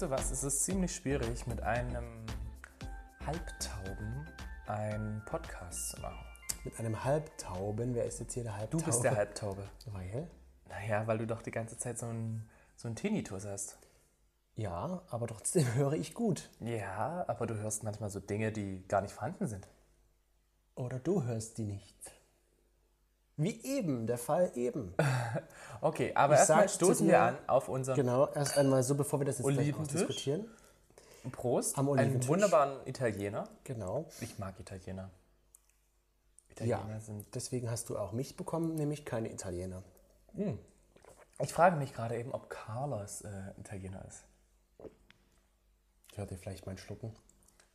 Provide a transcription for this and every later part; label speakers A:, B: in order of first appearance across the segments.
A: du was? Es ist ziemlich schwierig, mit einem Halbtauben einen Podcast zu machen.
B: Mit einem Halbtauben. Wer ist jetzt hier der Halbtaube?
A: Du bist der Halbtaube.
B: Weil?
A: Naja, weil du doch die ganze Zeit so einen so einen Tinnitus hast.
B: Ja, aber trotzdem höre ich gut.
A: Ja, aber du hörst manchmal so Dinge, die gar nicht vorhanden sind.
B: Oder du hörst die nicht. Wie eben, der Fall eben.
A: Okay, aber
B: Ich
A: erstmal
B: sag's zu
A: stoßen
B: dir.
A: wir an auf unseren
B: Genau, erst einmal so, bevor wir das jetzt gleich
A: Oliventisch?
B: ausdiskutieren.
A: Prost,
B: Am
A: einen
B: Oliventisch.
A: wunderbaren Italiener.
B: Genau.
A: Ich mag Italiener. Italiener
B: Ja,
A: sind.
B: deswegen hast du auch mich bekommen, nämlich keine Italiener.
A: Ich frage mich gerade eben, ob Carlos äh, Italiener ist.
B: Ich hörte vielleicht mein Schlucken.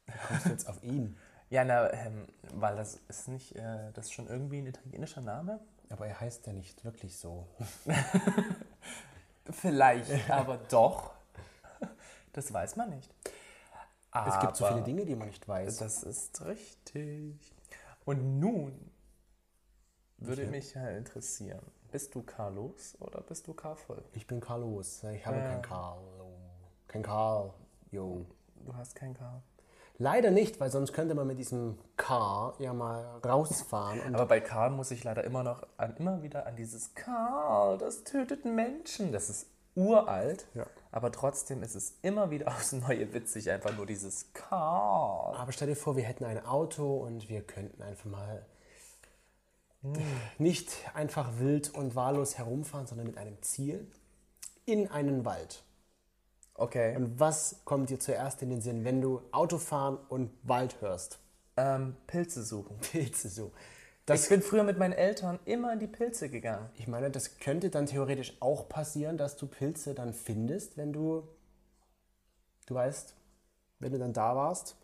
B: Wie Kommst du jetzt auf ihn?
A: Ja, na, ähm, weil das ist nicht, äh, das ist schon irgendwie ein italienischer Name.
B: Aber er heißt ja nicht wirklich so.
A: Vielleicht, aber doch. Das weiß man nicht.
B: Es gibt so
A: Aber-
B: viele Dinge, die man nicht weiß.
A: Das ist richtig. Und nun würde mich ja interessieren, bist du Carlos oder bist du Carvoll?
B: Ich bin Carlos. Ich habe kein Carlo. Kein Karl. Jo.
A: Du hast kein K.
B: Leider nicht, weil sonst könnte man mit diesem Car ja mal rausfahren. Und
A: Aber bei Karl muss ich leider immer noch an, immer wieder an dieses Karl, das tötet Menschen. Das ist uralt,
B: Ja.
A: aber trotzdem ist es immer wieder aufs Neue witzig, einfach nur dieses Karl.
B: aber stell dir vor, wir hätten ein Auto und wir könnten einfach mal nicht einfach wild und wahllos herumfahren, sondern mit einem Ziel in einen Wald.
A: Okay.
B: Und was kommt dir zuerst in den Sinn, wenn du Autofahren und Wald hörst?
A: Ähm, Pilze suchen.
B: Pilze so. Das,
A: ich bin früher mit meinen Eltern immer in die Pilze gegangen.
B: ich meine, das könnte dann theoretisch auch passieren, dass du Pilze dann findest, wenn du, du weißt, wenn du dann da warst.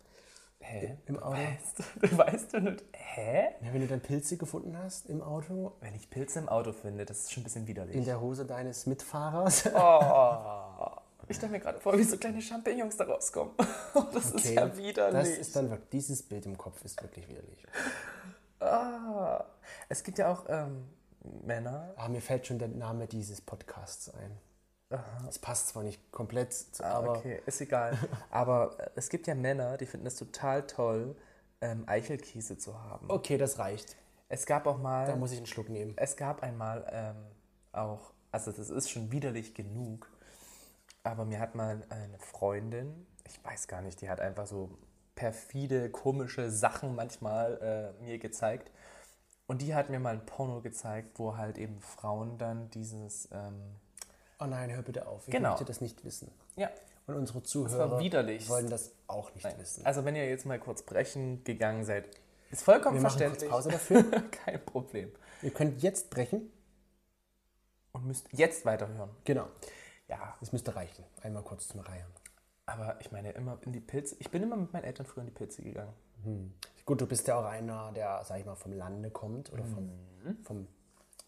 A: Hä?
B: Im Auto?
A: Weißt du, du weißt du nicht? Hä?
B: Ja, wenn du dann Pilze gefunden hast im Auto,
A: Wenn ich Pilze im Auto finde, das ist schon ein bisschen
B: in
A: widerlich.
B: der Hose deines Mitfahrers. Oh.
A: Ich stelle mir gerade vor, wie so kleine Champignons da rauskommen. Das ist ja
B: Das
A: widerlich.
B: ist dann wirklich, dieses Bild im Kopf ist wirklich widerlich.
A: Ah. Es gibt ja auch ähm, Männer.
B: Ah, mir fällt schon der Name dieses Podcasts ein. Es passt zwar nicht komplett, zu,
A: Ah,
B: aber
A: okay, ist egal. Aber äh, es gibt ja Männer, die finden es total toll, ähm, Eichelkiese zu haben.
B: okay, das reicht.
A: Es gab auch mal.
B: Oh. Da muss ich einen Schluck nehmen.
A: Es gab einmal ähm, auch, also das ist schon widerlich genug, aber mir hat mal eine Freundin, ich weiß gar nicht, die hat einfach so perfide, komische Sachen manchmal äh, mir gezeigt. Und die hat mir mal ein Porno gezeigt, wo halt eben Frauen dann dieses, ähm,
B: Oh nein, hör bitte auf. Ich
A: Genau.
B: möchte das nicht wissen.
A: ja,
B: Und unsere Zuhörer
A: war widerlich.
B: wollen das auch nicht wissen.
A: also wenn ihr jetzt mal kurz brechen gegangen seid, ist vollkommen
B: Wir machen kurz
A: verständlich.
B: Pause dafür.
A: Kein Problem.
B: Ihr könnt jetzt brechen.
A: Und müsst jetzt weiterhören.
B: Genau.
A: Ja,
B: Das müsste reichen. Einmal kurz zum Reihen.
A: aber ich meine immer in die Pilze. Ich bin immer mit meinen Eltern früher in die Pilze gegangen.
B: Gut, du bist ja auch einer, der, sag ich mal, vom Lande kommt oder
A: Mhm.
B: vom, vom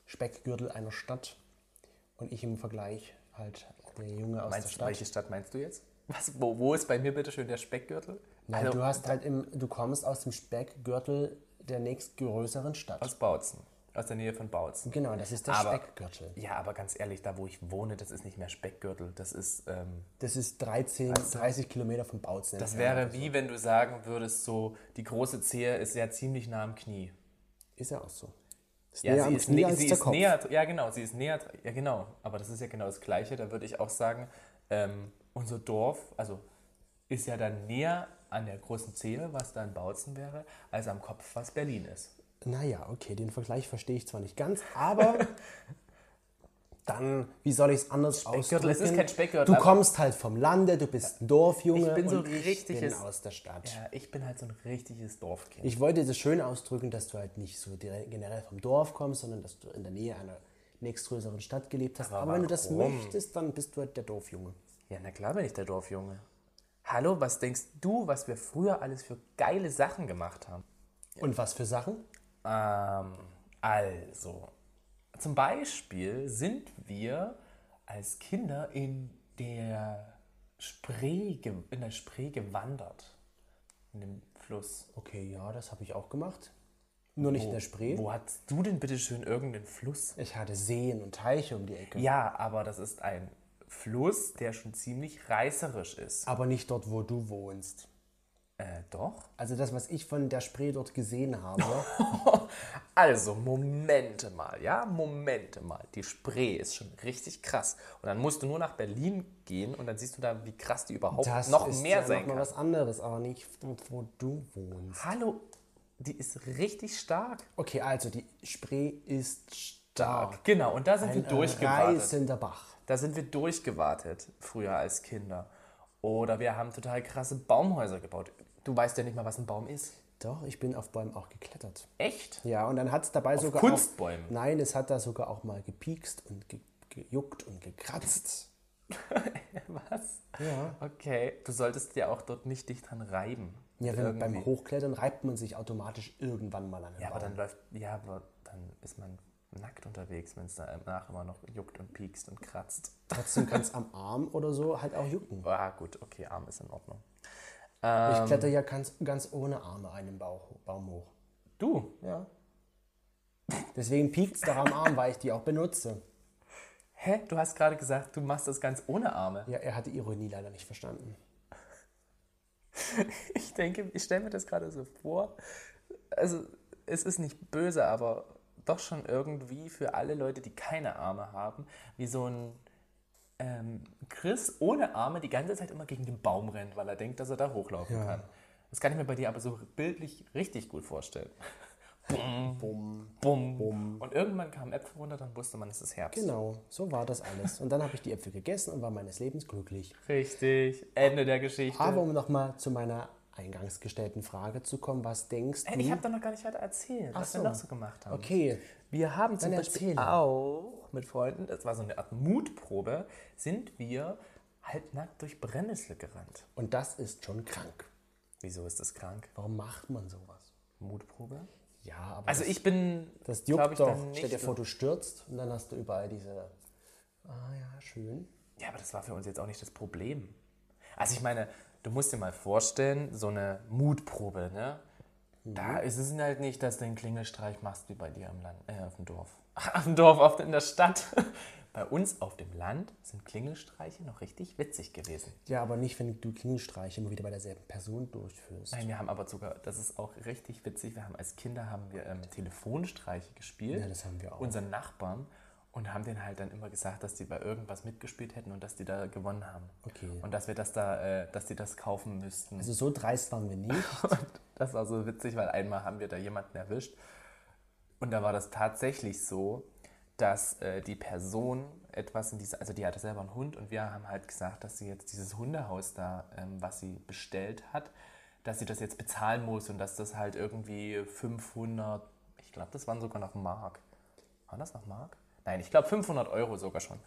B: Speckgürtel einer Stadt. Und ich im Vergleich halt der Junge aus
A: Meinst,
B: der Stadt.
A: welche Stadt meinst du jetzt? Was, wo, wo ist bei mir bitte schön der Speckgürtel? Also
B: Nein, du hast halt im, du kommst aus dem Speckgürtel der nächstgrößeren Stadt.
A: aus Bautzen. Aus der Nähe von Bautzen.
B: genau, das ist der
A: Aber-
B: Speckgürtel.
A: Ja, aber ganz ehrlich, da wo ich wohne, das ist nicht mehr Speckgürtel. Das ist, ähm,
B: Das ist 13, 30 Kilometer von Bautzen.
A: das
B: entfernt.
A: wäre wie wenn du sagen würdest, so, die große Zehe ist ja ziemlich nah am Knie.
B: Ist ja auch so. Ist
A: Ja,
B: näher
A: sie
B: am
A: ist, nä-
B: Knie als
A: sie
B: der
A: ist
B: Kopf.
A: näher, ja genau, sie ist näher, dr- ja genau, aber das ist ja genau das Gleiche, da würde ich auch sagen, ähm, unser Dorf, also ist ja dann näher an der großen Zehe, was dann Bautzen wäre, als am Kopf, was Berlin ist.
B: Naja, okay, den Vergleich verstehe ich zwar nicht ganz, aber dann, wie soll ich es anders
A: Speckgürtel,
B: ausdrücken?
A: es ist kein Speckgürtel,
B: Du
A: aber-
B: kommst halt vom Lande, du bist ein Dorfjunge
A: Ich bin so
B: und ich bin
A: richtiges-
B: aus der Stadt.
A: Ja, ich bin halt so ein richtiges Dorfkind.
B: Ich wollte das schön ausdrücken, dass du halt nicht so direkt- generell vom Dorf kommst, sondern dass du in der Nähe einer nächstgrößeren Stadt gelebt hast. Aber, wenn du das
A: warum?
B: möchtest, dann bist du halt der Dorfjunge.
A: Ja, na klar bin ich der Dorfjunge. Hallo, was denkst du, was wir früher alles für geile Sachen gemacht haben?
B: Und was für Sachen?
A: Ähm, also, zum Beispiel sind wir als Kinder in der Spree, ge- in der Spree gewandert. In dem Fluss.
B: Okay, ja, das habe ich auch gemacht. Nur nicht in der Spree.
A: Wo hast du denn bitte schön irgendeinen Fluss?
B: Ich hatte Seen und Teiche um die Ecke.
A: Ja, aber das ist ein Fluss, der schon ziemlich reißerisch ist.
B: Aber nicht dort, wo du wohnst.
A: Äh, doch?
B: Also das, was ich von der Spree dort gesehen habe.
A: Also, Momente mal, ja? Momente mal. Die Spree ist schon richtig krass. Und dann musst du nur nach Berlin gehen und dann siehst du da, wie krass die überhaupt
B: das
A: noch
B: ist
A: mehr
B: ja
A: sein
B: noch mal
A: kann.
B: was anderes, aber nicht dort, wo du wohnst.
A: Hallo, die ist richtig stark.
B: Okay, also die Spree ist stark.
A: Genau, und da sind
B: Oh, Ein
A: wir durchgewartet.
B: reißender Bach.
A: Da sind wir durchgewartet, früher als Kinder. Oder wir haben total krasse Baumhäuser gebaut. Du weißt ja nicht mal, was ein Baum ist.
B: Doch, ich bin auf Bäumen auch geklettert.
A: Echt?
B: Ja, und dann hat es dabei sogar
A: Kunstbäumen?
B: Auch, nein, es hat da sogar auch mal gepiekst und ge, gejuckt und gekratzt.
A: Was?
B: Ja.
A: Okay, du solltest ja auch dort nicht dich dran reiben.
B: Ja, wenn, beim
A: Irgendwie.
B: Hochklettern reibt man sich automatisch irgendwann mal an den
A: Ja, aber
B: Baum.
A: dann läuft, ja, aber dann ist man nackt unterwegs, wenn es danach immer noch juckt und piekst und kratzt.
B: Trotzdem kann es am Arm oder so halt auch jucken.
A: Ah, gut, okay, Arm ist in Ordnung. Ähm,
B: Ich kletter ja ganz, ganz ohne Arme einen Bauch, Baum hoch.
A: Du,
B: Ja. Deswegen piekt es doch am Arm, weil ich die auch benutze.
A: hä? Du hast gerade gesagt, du machst das ganz ohne Arme.
B: Ja, er hat die Ironie leider nicht verstanden.
A: Ich denke, ich stelle mir das gerade so vor. Also, es ist nicht böse, aber doch schon irgendwie für alle Leute, die keine Arme haben, wie so ein ähm, Chris ohne Arme die ganze Zeit immer gegen den Baum rennt, weil er denkt, dass er da hochlaufen kann. Das kann ich mir bei dir aber so bildlich richtig gut vorstellen.
B: Bumm.
A: Bumm. Und irgendwann kamen Äpfel runter, dann wusste man, es ist Herbst.
B: Genau, so war das alles. Und dann habe ich die Äpfel gegessen und war meines Lebens glücklich.
A: Richtig. Ende der Geschichte.
B: Aber um nochmal zu meiner eingangs gestellten Frage zu kommen, was denkst du?
A: Hey, ich habe da noch gar nicht weiter erzählt, was
B: hm? so.
A: wir noch so gemacht haben.
B: Okay,
A: Wir haben zum
B: Dann
A: Beispiel
B: erzähl.
A: auch mit Freunden, das war so eine Art Mutprobe, sind wir halbnackt durch Brennnessel gerannt.
B: und das ist schon krank.
A: Wieso ist das krank?
B: Warum macht man sowas?
A: Mutprobe?
B: Ja, aber
A: Also ich bin,
B: das, das
A: glaub
B: juckt
A: ich,
B: doch.
A: dann
B: Stell dir
A: nicht
B: vor, du stürzt und dann hast du überall diese. Ah ja, schön.
A: Ja, aber das war für uns jetzt auch nicht das Problem. Also ich meine, du musst dir mal vorstellen, so eine Mutprobe, ne?
B: Mhm.
A: Da ist es halt nicht, dass du einen Klingelstreich machst wie bei dir im Land, äh, auf dem Dorf. Auf dem Dorf, auf, in der Stadt. Bei uns auf dem Land sind Klingelstreiche noch richtig witzig gewesen.
B: Ja, aber nicht, wenn du Klingelstreiche immer wieder bei derselben Person durchführst.
A: Nein, wir haben aber sogar, das ist auch richtig witzig, wir haben als Kinder haben wir ähm, Telefonstreiche gespielt.
B: Ja, das haben wir auch.
A: Unseren Nachbarn und haben denen halt dann immer gesagt, dass die bei irgendwas mitgespielt hätten und dass die da gewonnen haben.
B: Okay.
A: Und dass wir das da, äh, dass die das kaufen müssten.
B: Also so dreist waren wir nicht.
A: Und das war so witzig, weil einmal haben wir da jemanden erwischt und da war das tatsächlich so, dass äh, die Person etwas in dieser, also die hatte selber einen Hund und wir haben halt gesagt, dass sie jetzt dieses Hundehaus da, ähm, was sie bestellt hat, dass sie das jetzt bezahlen muss und dass das halt irgendwie 500, ich glaube, das waren sogar noch Mark. Waren das noch Mark? Nein, ich glaube 500 Euro sogar schon,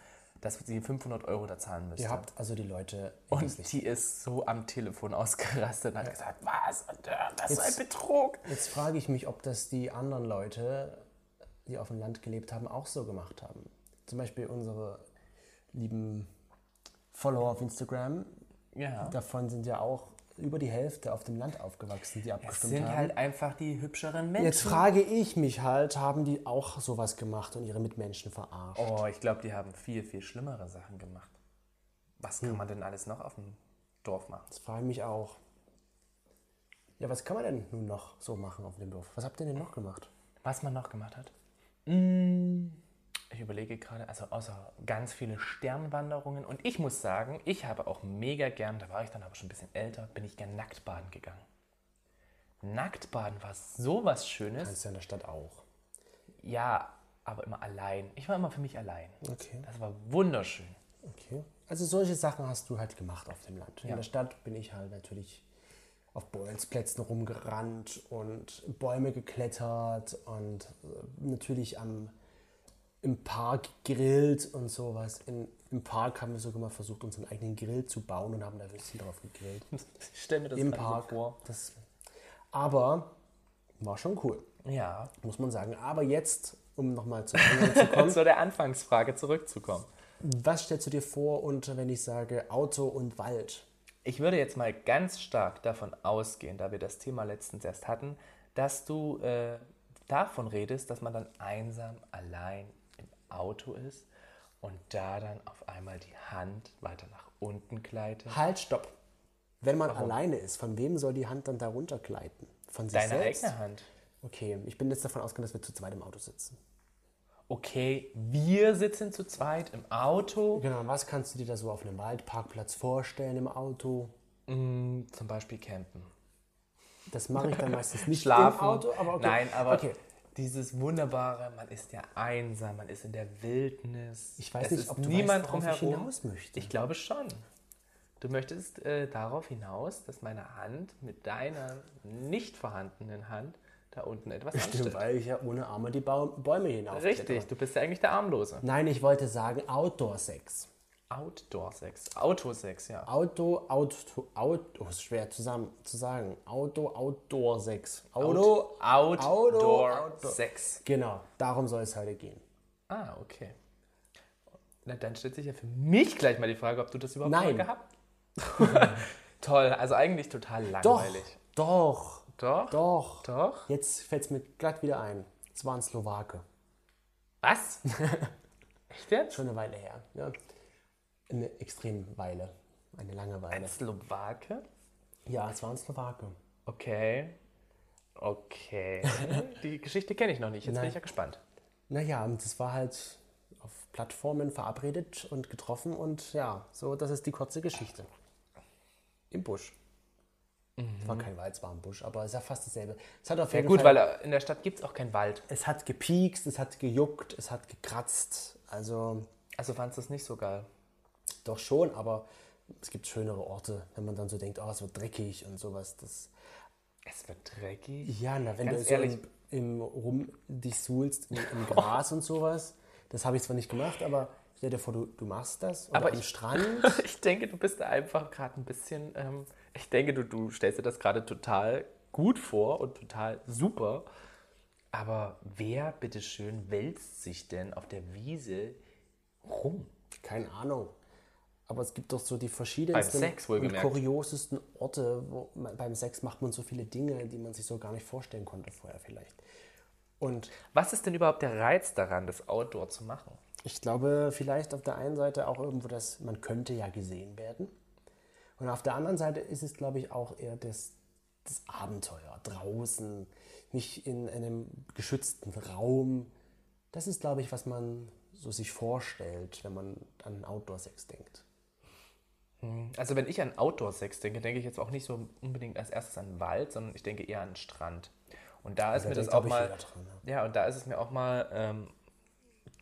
A: dass sie 500 Euro da zahlen müsste.
B: Ihr habt also die Leute.
A: Und die ist so am Telefon ausgerastet und hat gesagt, was? Und äh, das ist ein Betrug.
B: Jetzt frage ich mich, ob das die anderen Leute, die auf dem Land gelebt haben, auch so gemacht haben. Zum Beispiel unsere lieben Follower auf Instagram.
A: Ja.
B: Davon sind ja auch über die Hälfte auf dem Land aufgewachsen, die
A: Das
B: abgestimmt
A: sind
B: haben.
A: halt einfach die hübscheren Menschen.
B: Jetzt frage ich mich halt, haben die auch sowas gemacht und ihre Mitmenschen verarscht?
A: oh, ich glaube, die haben viel, viel schlimmere Sachen gemacht. Was kann man denn alles noch auf dem Dorf machen?
B: Das frage ich mich auch. Ja, was kann man denn nun noch so machen auf dem Dorf? Was habt ihr denn noch gemacht?
A: Was man noch gemacht hat? Mm, Ich überlege gerade, also außer ganz viele Sternwanderungen. Und ich muss sagen, ich habe auch mega gern, da war ich dann aber schon ein bisschen älter, bin ich gern nackt baden gegangen. Nackt baden war sowas Schönes.
B: Das ist ja in der Stadt auch.
A: Ja, aber immer allein. Ich war immer für mich allein.
B: Okay.
A: Das war wunderschön.
B: Okay. Also solche Sachen hast du halt gemacht auf dem Land. In der Stadt bin ich halt natürlich auf Bolzplätzen rumgerannt und Bäume geklettert und äh, natürlich am, im Park gegrillt und sowas. In, Im Park haben wir sogar mal versucht, unseren eigenen Grill zu bauen und haben da Würstchen drauf gegrillt.
A: Ich stell mir das
B: Im
A: gerade so
B: Park.
A: vor.
B: Das, aber war schon cool,
A: Ja.
B: muss man sagen. Aber jetzt, um nochmal zu Anfang zu kommen,
A: Und zu der Anfangsfrage zurückzukommen.
B: was stellst du dir vor unter, wenn ich sage Auto und Wald?
A: Ich würde jetzt mal ganz stark davon ausgehen, da wir das Thema letztens erst hatten, dass du äh, davon redest, dass man dann einsam allein im Auto ist und da dann auf einmal die Hand weiter nach unten gleitet.
B: Halt, stopp. Wenn man alleine ist, von wem soll die Hand dann da runtergleiten? Von sich
A: Deine
B: selbst?
A: eigene Hand.
B: Okay, ich bin jetzt davon ausgegangen, dass wir zu zweit im Auto sitzen.
A: Okay, wir sitzen zu zweit im Auto.
B: Genau, was kannst du dir da so auf einem Waldparkplatz vorstellen im Auto?
A: Mm, zum Beispiel campen.
B: Das mache ich dann meistens nicht
A: Schlafen.
B: im Auto, aber okay.
A: Nein, aber
B: okay.
A: dieses wunderbare, man ist ja einsam, man ist in der Wildnis.
B: Ich weiß
A: es
B: nicht,
A: ist
B: ob du
A: niemand
B: weißt, worauf ich
A: drumherum.
B: hinaus möchte.
A: Ich glaube schon. Du möchtest äh, darauf hinaus, dass meine Hand mit deiner nicht vorhandenen Hand da unten etwas
B: Stimmt,
A: anstellt.
B: weil ich ja ohne Arme die Bau- Bäume hinauf.
A: Richtig, du bist ja eigentlich der Armlose.
B: Nein, ich wollte sagen Outdoor-Sex.
A: Outdoor-Sex, Autosex, ja.
B: Auto, Auto, Auto, oh, ist schwer zusammen zu sagen. Auto, Outdoor-Sex. Auto, Outdoor.
A: Outdoor-Sex.
B: Genau, darum soll es heute gehen.
A: Ah, okay. Na, dann stellt sich ja für mich gleich mal die Frage, ob du das überhaupt
B: Nein.
A: mal gehabt Toll, also eigentlich total
B: Doch,
A: langweilig.
B: doch,
A: Doch. Doch.
B: doch.
A: Doch.
B: Jetzt fällt es mir glatt wieder ein. Es waren Slowake.
A: Was? Echt jetzt?
B: Schon eine Weile her. Ja. Eine extreme Weile. Eine lange Weile.
A: Slowake?
B: Ja, es waren Slowake.
A: Okay. Okay. Die Geschichte kenne ich noch nicht. Jetzt bin ich ja gespannt.
B: Naja, und das war halt auf Plattformen verabredet und getroffen und ja, so, das ist die kurze Geschichte. Im Busch. Es war kein Wald, es war ein Busch, aber es ist ja fast dasselbe. Es hat auf jeden
A: Mhm. Gut,
B: Fall,
A: weil äh, in der Stadt gibt es auch keinen Wald.
B: es hat gepiekst, es hat gejuckt, es hat gekratzt. Also
A: Also fandst du es nicht so geil.
B: doch schon, aber es gibt schönere Orte, wenn man dann so denkt, oh, es wird dreckig und sowas. Das,
A: Es wird dreckig.
B: ja, na, wenn
A: Ganz
B: du so
A: ehrlich.
B: im, im rum dich suhlst, im, im Gras und sowas, das habe ich zwar nicht gemacht, aber stell dir vor, du, du machst das oder
A: Aber
B: am
A: ich-
B: Strand.
A: Ich denke, du bist da einfach gerade ein bisschen. Ähm, ich denke, du, du stellst dir das gerade total gut vor und total super. Aber wer, bitteschön, wälzt sich denn auf der Wiese rum?
B: Keine Ahnung. Aber es gibt doch so die verschiedensten
A: Beim Sex
B: und
A: wohlgemerkt.
B: kuriosesten Orte, wo man, beim Sex macht man so viele Dinge, die man sich so gar nicht vorstellen konnte vorher vielleicht. Und
A: Was ist denn überhaupt der Reiz daran, das Outdoor zu machen?
B: ich glaube, vielleicht auf der einen Seite auch irgendwo, dass man könnte ja gesehen werden. Und auf der anderen Seite ist es, glaube ich, auch eher das, das Abenteuer draußen, nicht in einem geschützten Raum. Das ist, glaube ich, was man so sich vorstellt, wenn man an Outdoor-Sex denkt.
A: Also, wenn ich an Outdoor-Sex denke, denke ich jetzt auch nicht so unbedingt als erstes an Wald, sondern ich denke eher an den Strand. Und da ist
B: Also da
A: mir das
B: denkt,
A: auch
B: glaub ich,
A: mal.
B: jeder dran,
A: Ja, und da ist es mir auch mal ähm,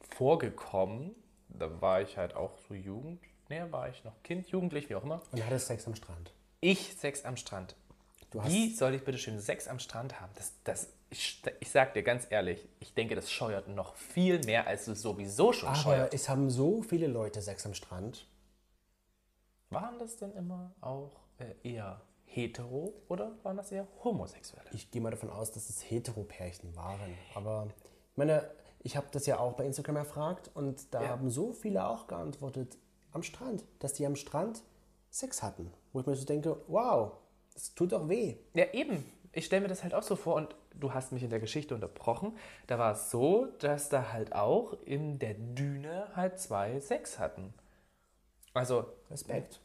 A: vorgekommen. Da war ich halt auch so Jugend. Nee, war ich noch Kind, Jugendlich, wie auch immer.
B: Und hattest Sex am Strand.
A: Ich Sex am Strand.
B: Du hast-
A: wie soll ich bitte schön Sex am Strand haben? Das, das, ich, ich sag dir ganz ehrlich, ich denke, das scheuert noch viel mehr, als es sowieso schon scheuert.
B: Aber es haben so viele Leute Sex am Strand.
A: Waren das denn immer auch äh, eher hetero oder waren das eher homosexuelle?
B: Ich gehe mal davon aus, dass es Heteropärchen waren. Aber ich meine, ich habe das ja auch bei Instagram erfragt und da
A: Ja.
B: haben so viele auch geantwortet am Strand, dass die am Strand Sex hatten. Wo ich mir so denke, wow, das tut doch weh.
A: Ja, eben. Ich stelle mir das halt auch so vor und du hast mich in der Geschichte unterbrochen. Da war es so, dass da halt auch in der Düne halt zwei Sex hatten. Also,
B: Respekt.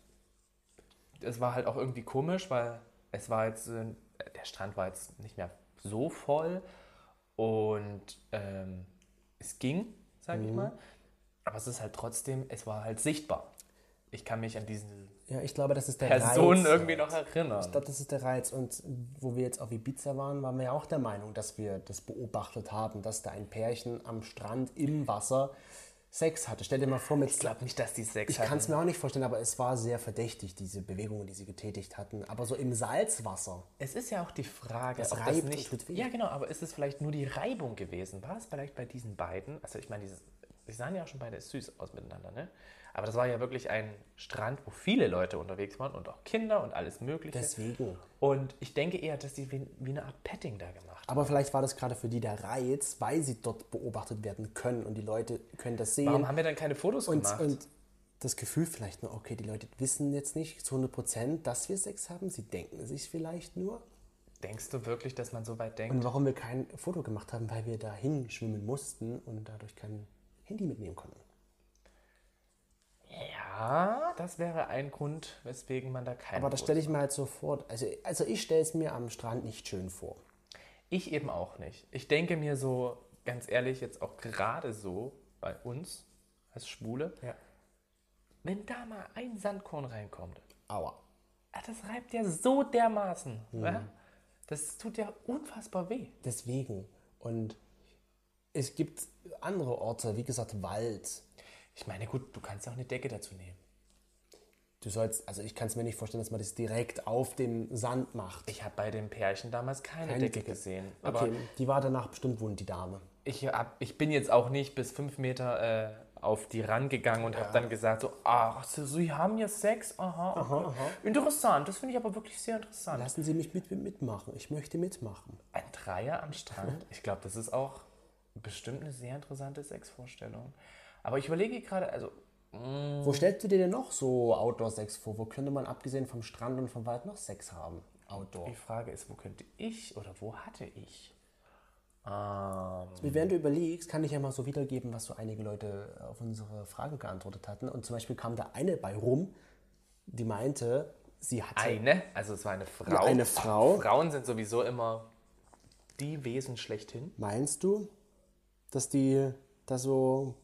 A: es war halt auch irgendwie komisch, weil es war jetzt, äh, der Strand war jetzt nicht mehr so voll und ähm, es ging, sage ich mal. Aber es ist halt trotzdem, es war halt sichtbar. Ich kann mich an diesen
B: Ja, ich glaube, das ist der
A: Personen
B: Reiz.
A: irgendwie noch erinnern.
B: Ich glaube, das ist der Reiz. Und wo wir jetzt auf Ibiza waren, waren wir ja auch der Meinung, dass wir das beobachtet haben, dass da ein Pärchen am Strand im Wasser Sex hatte. Stell dir mal vor, mit
A: Ich glaube nicht, dass die Sex
B: ich kann es mir auch nicht vorstellen, aber es war sehr verdächtig, diese Bewegungen, die sie getätigt hatten. Aber so im Salzwasser.
A: Es ist ja auch die Frage,
B: Das
A: ob das
B: reibt und
A: nicht.
B: tut weh.
A: Ja, genau, aber ist es vielleicht nur die Reibung gewesen? War es vielleicht bei diesen beiden? Also, ich meine, dieses- die sahen ja auch schon beide süß aus miteinander, ne? Aber das war ja wirklich ein Strand, wo viele Leute unterwegs waren und auch Kinder und alles Mögliche.
B: Deswegen.
A: und ich denke eher, dass die wie, wie eine Art Petting da gemacht haben.
B: Aber vielleicht war das gerade für die der Reiz, weil sie dort beobachtet werden können und die Leute können das sehen.
A: Warum haben wir dann keine Fotos
B: und,
A: gemacht?
B: und das Gefühl vielleicht nur, okay, die Leute wissen jetzt nicht zu 100 Prozent, dass wir Sex haben. Sie denken sich vielleicht nur.
A: Denkst du wirklich, dass man so weit denkt?
B: Und warum wir kein Foto gemacht haben, weil wir da hinschwimmen mussten und dadurch kein Handy mitnehmen konnten.
A: Ja, das wäre ein Grund, weswegen man da keinen.
B: Aber das
A: Grund-
B: stelle ich mir halt so vor. Also, also ich stelle es mir am Strand nicht schön vor.
A: Ich eben auch nicht. Ich denke mir so, ganz ehrlich, jetzt auch gerade so bei uns als Schwule,
B: Ja.
A: wenn da mal ein Sandkorn reinkommt,
B: Aua.
A: ah, das reibt ja so dermaßen. Ne? Das tut ja unfassbar weh.
B: Deswegen. Und es gibt andere Orte, wie gesagt, Wald.
A: Ich meine, gut, du kannst ja auch eine Decke dazu nehmen.
B: Du sollst, also ich kann es mir nicht vorstellen, dass man das direkt auf dem Sand macht.
A: Ich habe bei den Pärchen damals keine,
B: Keine
A: Decke,
B: Decke.
A: gesehen. Aber
B: Okay, die war danach bestimmt wund, die Dame.
A: ich, hab, ich bin jetzt auch nicht bis fünf Meter äh, auf die rangegangen und habe dann gesagt, so, ach, so, Sie haben hier Sex? Aha, okay. Interessant, das finde ich aber wirklich sehr interessant.
B: Lassen Sie mich mit, mitmachen. Ich möchte mitmachen.
A: Ein Dreier am Strand? Ich glaube, das ist auch bestimmt eine sehr interessante Sexvorstellung. Aber ich überlege gerade, also
B: Wo stellst du dir denn noch so Outdoor-Sex vor? Wo könnte man abgesehen vom Strand und vom Wald noch Sex haben? Outdoor.
A: die Frage ist, wo könnte ich oder wo hatte ich? Ähm,
B: Während du überlegst, kann ich ja mal so wiedergeben, was so einige Leute auf unsere Frage geantwortet hatten. Und zum Beispiel kam da eine bei rum, die meinte, sie hatte
A: eine, also es war eine Frau.
B: Eine Frau.
A: Frauen sind sowieso immer die Wesen schlechthin.
B: Meinst du, dass die da so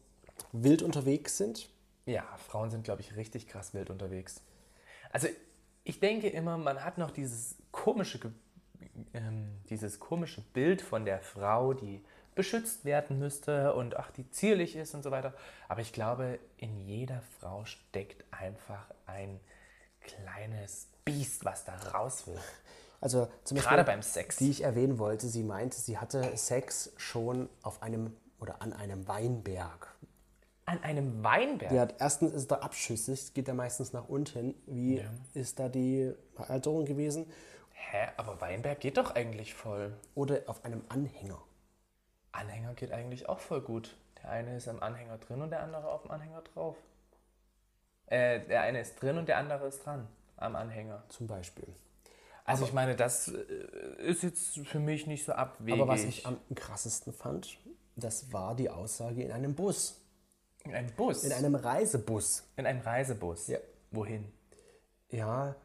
B: wild unterwegs sind?
A: Ja, Frauen sind, glaube ich, richtig krass wild unterwegs. Also ich denke immer, man hat noch dieses komische, Ge- ähm, dieses komische Bild von der Frau, die beschützt werden müsste und ach, die zierlich ist und so weiter. Aber ich glaube, in jeder Frau steckt einfach ein kleines Biest, was da raus will.
B: Also zum Beispiel,
A: Gerade beim Sex.
B: die ich erwähnen wollte, sie meinte, sie hatte Sex schon auf einem oder an einem Weinberg.
A: An einem Weinberg.
B: Ja, erstens ist es da abschüssig, geht da meistens nach unten. Wie ist da die Alterung gewesen?
A: Hä, aber Weinberg geht doch eigentlich voll.
B: Oder auf einem Anhänger.
A: Anhänger geht eigentlich auch voll gut. Der eine ist am Anhänger drin und der andere auf dem Anhänger drauf. Äh, der eine ist drin und der andere ist dran am Anhänger.
B: Zum Beispiel.
A: Also ich meine, das äh, ist jetzt für mich nicht so abwegig.
B: Aber was ich am krassesten fand, das war die Aussage in einem Bus.
A: in einem Bus,
B: In einem Reisebus.
A: in einem Reisebus.
B: Ja.
A: Wohin?
B: Ja,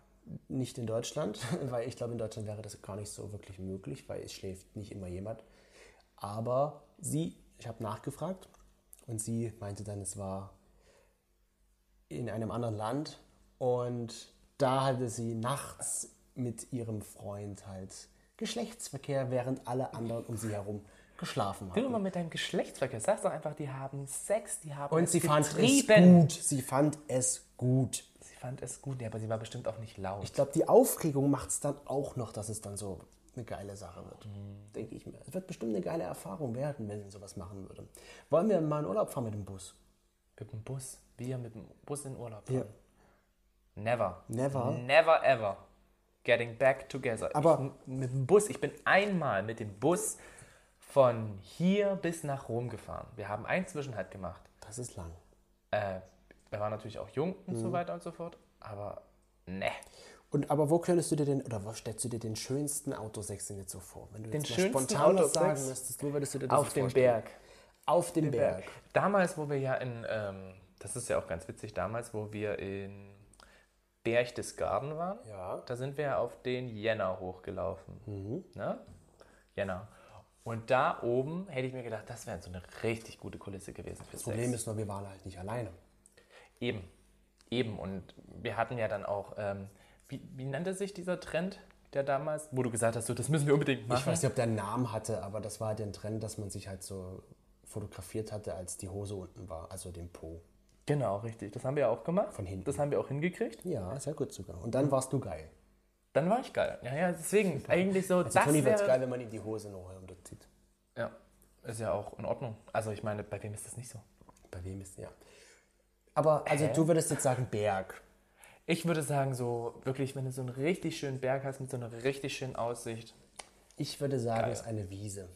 B: nicht in Deutschland, weil ich glaube, in Deutschland wäre das gar nicht so wirklich möglich, weil es schläft nicht immer jemand. Aber sie, ich habe nachgefragt und sie meinte dann, es war in einem anderen Land und da hatte sie nachts mit ihrem Freund halt Geschlechtsverkehr, während alle anderen um sie herum geschlafen
A: Du
B: haben.
A: immer mit deinem Geschlechtsverkehr. Sag doch einfach, die haben Sex, die haben
B: Und
A: es
B: sie fand es
A: getrieben.
B: gut. Sie fand es gut.
A: Sie fand es gut, ja, aber sie war bestimmt auch nicht laut.
B: Ich glaube, die Aufregung macht es dann auch noch, dass es dann so eine geile Sache wird. Denke ich mir. Es wird bestimmt eine geile Erfahrung werden, wenn sie sowas machen würde. Wollen wir mal in Urlaub fahren mit dem Bus?
A: Mit dem Bus. Wir mit dem Bus in Urlaub fahren. Never.
B: Never?
A: Never ever. Getting back together.
B: Aber-
A: ich, mit dem Bus, ich bin einmal mit dem Bus von hier bis nach Rom gefahren. Wir haben einen Zwischenhalt gemacht.
B: Das ist lang.
A: Äh, wir waren natürlich auch jung und
B: Mhm.
A: so weiter und so fort, aber ne.
B: Und aber wo könntest du dir denn, oder wo stellst du dir den schönsten Autosex denn jetzt so vor? Wenn du
A: Den
B: jetzt mal
A: schönsten
B: spontan was
A: Autosex?
B: sagen müsstest, wo würdest du dir das
A: Auf
B: denn
A: dem
B: vorstellen?
A: Berg.
B: Auf dem Berg.
A: Damals, wo wir ja in, ähm, das ist ja auch ganz witzig, damals, wo wir in Berchtesgaden waren,
B: Ja. Mhm.
A: da sind wir ja auf den Jänner hochgelaufen. Ne? Jänner. Und da oben hätte ich mir gedacht, das wäre so eine richtig gute Kulisse gewesen für
B: Das Problem ist nur, wir waren halt nicht alleine.
A: Eben. Eben. Und wir hatten ja dann auch, ähm, wie, wie nannte sich dieser Trend, der damals, wo du gesagt hast, so, das müssen wir unbedingt machen?
B: Ich weiß nicht, ob der einen Namen hatte, aber das war halt der Trend, dass man sich halt so fotografiert hatte, als die Hose unten war, also den Po.
A: Genau, richtig. Das haben wir ja auch gemacht.
B: Von hinten.
A: Das haben wir auch hingekriegt.
B: Ja, sehr gut sogar. Und
A: Hm.
B: dann warst du geil.
A: Dann war ich geil. Ja, ja, deswegen eigentlich so,
B: Das
A: das
B: Also Toni wird
A: wäre...
B: geil, wenn man ihm die Hose noch runterzieht.
A: Ja, ist ja auch in Ordnung. Also ich meine, bei wem ist das nicht so?
B: Bei wem ist ja. Aber also du würdest jetzt sagen Berg.
A: Ich würde sagen, so wirklich, wenn du so einen richtig schönen Berg hast mit so einer richtig schönen Aussicht
B: Ich würde sagen, es ist eine Wiese.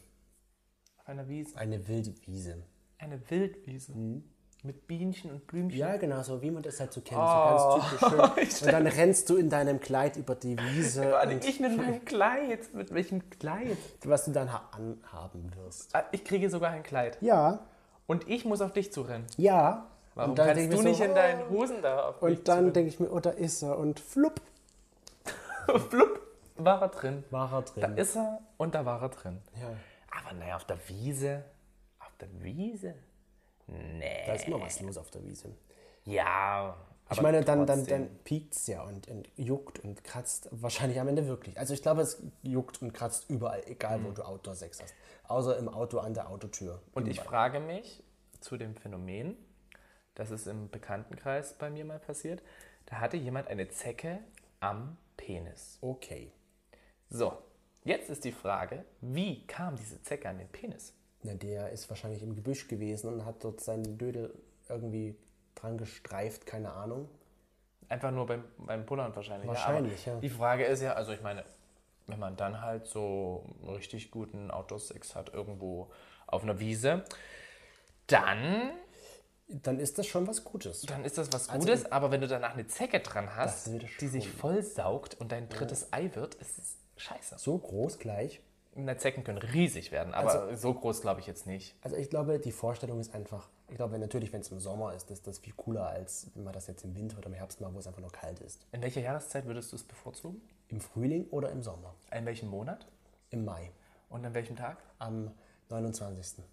A: auf einer Wiese,
B: Eine wilde Wiese.
A: eine Wildwiese mit Bienchen und Blümchen.
B: Mhm. Ja, genau, so wie man das halt so kennt.
A: Oh.
B: So ganz typisch schön. Und dann rennst du in deinem Kleid über die Wiese,
A: Vor allem ich mit meinem Kleid, mit welchem Kleid?
B: was du dann ha- anhaben wirst.
A: Ah, Ich kriege sogar ein Kleid.
B: Ja,
A: Und ich muss auf dich zurennen.
B: ja.
A: Warum
B: dann
A: kannst
B: denk ich
A: du
B: mir so, oh,
A: nicht in deinen Hosen da auf mich
B: Und dann denke ich mir, oh, da ist er. Und flupp,
A: zu- Blub, war er drin.
B: war er
A: Da
B: drin.
A: ist er und da war er drin.
B: ja,
A: Aber naja, auf der Wiese. Auf der Wiese? Nee.
B: da ist immer was los auf der Wiese.
A: Ja.
B: Ich meine, dann, dann, dann piekt es ja und, und juckt und kratzt wahrscheinlich am Ende wirklich. Also ich glaube, es juckt und kratzt überall, egal wo du Outdoor-Sex hast. Außer im Auto an der Autotür.
A: Und ich frage mich zu dem Phänomen, das ist im Bekanntenkreis bei mir mal passiert, da hatte jemand eine Zecke am Penis.
B: Okay.
A: So, jetzt ist die Frage, wie kam diese Zecke an den Penis?
B: Na, der ist wahrscheinlich im Gebüsch gewesen und hat dort seinen Dödel irgendwie dran gestreift, keine Ahnung.
A: Einfach nur beim, beim Pullern wahrscheinlich. ja.
B: Wahrscheinlich,
A: Aber
B: ja.
A: Die Frage ist ja, also ich meine, wenn man dann halt so einen richtig guten Outdoor-Sex hat irgendwo auf einer Wiese, dann,
B: Dann ist das schon was Gutes.
A: dann ist das was Gutes, aber wenn du danach eine Zecke dran hast,
B: Also Das wird
A: die sich vollsaugt und dein drittes Ei wird, ist es scheiße.
B: So groß gleich.
A: Na, Zecken können riesig werden, aber so groß glaube ich jetzt nicht.
B: Also ich glaube, die Vorstellung ist einfach, ich glaube wenn- natürlich, wenn es im Sommer ist, ist das viel cooler, als wenn man das jetzt im Winter oder im Herbst macht, wo es einfach nur kalt ist.
A: In welcher Jahreszeit würdest du es bevorzugen?
B: Im Frühling oder im Sommer?
A: In welchem Monat?
B: Im Mai.
A: Und an welchem Tag?
B: Am 29.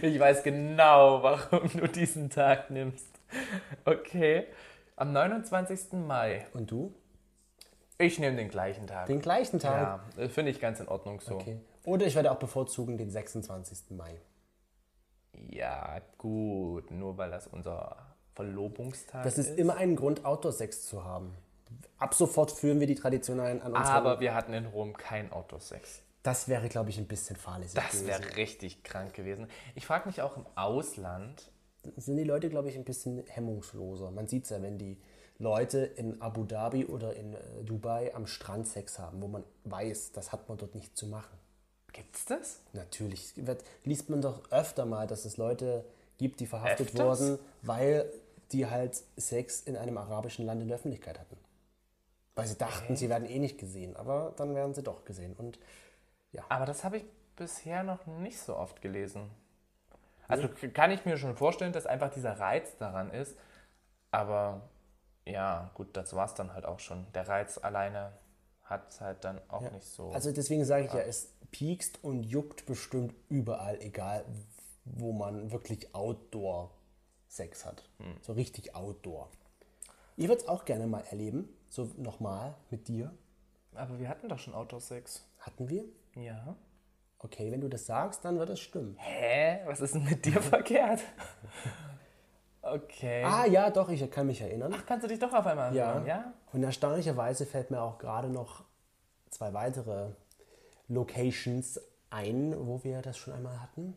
A: Ich weiß genau, warum du diesen Tag nimmst. Okay. Am 29. Mai.
B: Und du?
A: Ich nehme den gleichen Tag.
B: Den gleichen Tag.
A: ja, äh, finde ich ganz in Ordnung so.
B: Okay. Oder ich werde auch bevorzugen den 26. Mai.
A: Ja, gut. Nur weil das unser Verlobungstag
B: Das ist
A: ist.
B: immer ein Grund, Outdoor-Sex zu haben. Ab sofort führen wir die Tradition ein an uns.
A: Aber wir hatten in Rom kein Autosex.
B: das wäre, glaube ich, ein bisschen fahrlässig.
A: Das
B: gewesen.
A: wäre richtig krank gewesen. Ich frage mich auch im Ausland,
B: sind die Leute, glaube ich, ein bisschen hemmungsloser. Man sieht es ja, wenn die Leute in Abu Dhabi oder in äh, Dubai am Strand Sex haben, wo man weiß, das hat man dort nicht zu machen.
A: gibt's das?
B: Natürlich wird, liest man doch öfter mal, dass es Leute gibt, die verhaftet
A: Öfters?
B: wurden, weil die halt Sex in einem arabischen Land in der Öffentlichkeit hatten. Weil sie dachten, sie werden eh nicht gesehen, aber dann werden sie doch gesehen. Und
A: Aber das habe ich bisher noch nicht so oft gelesen. Also
B: Hm.
A: k- kann ich mir schon vorstellen, dass einfach dieser Reiz daran ist. Aber ja, gut, das war es dann halt auch schon. Der Reiz alleine hat es halt dann auch nicht so.
B: Also deswegen sage ich ja, es piekst und juckt bestimmt überall, egal wo man wirklich Outdoor-Sex hat. So richtig Outdoor. Ich würde es auch gerne mal erleben, so nochmal mit dir.
A: aber wir hatten doch schon Outdoor-Sex.
B: Hatten wir?
A: Ja.
B: Okay, wenn du das sagst, dann wird es stimmen.
A: Hä? Was ist denn mit dir verkehrt? Okay.
B: Ah ja, doch, ich kann mich erinnern.
A: Ach, kannst du dich doch auf einmal
B: ja.
A: erinnern, ja?
B: Und erstaunlicherweise fällt mir auch gerade noch zwei weitere Locations ein, wo wir das schon einmal hatten.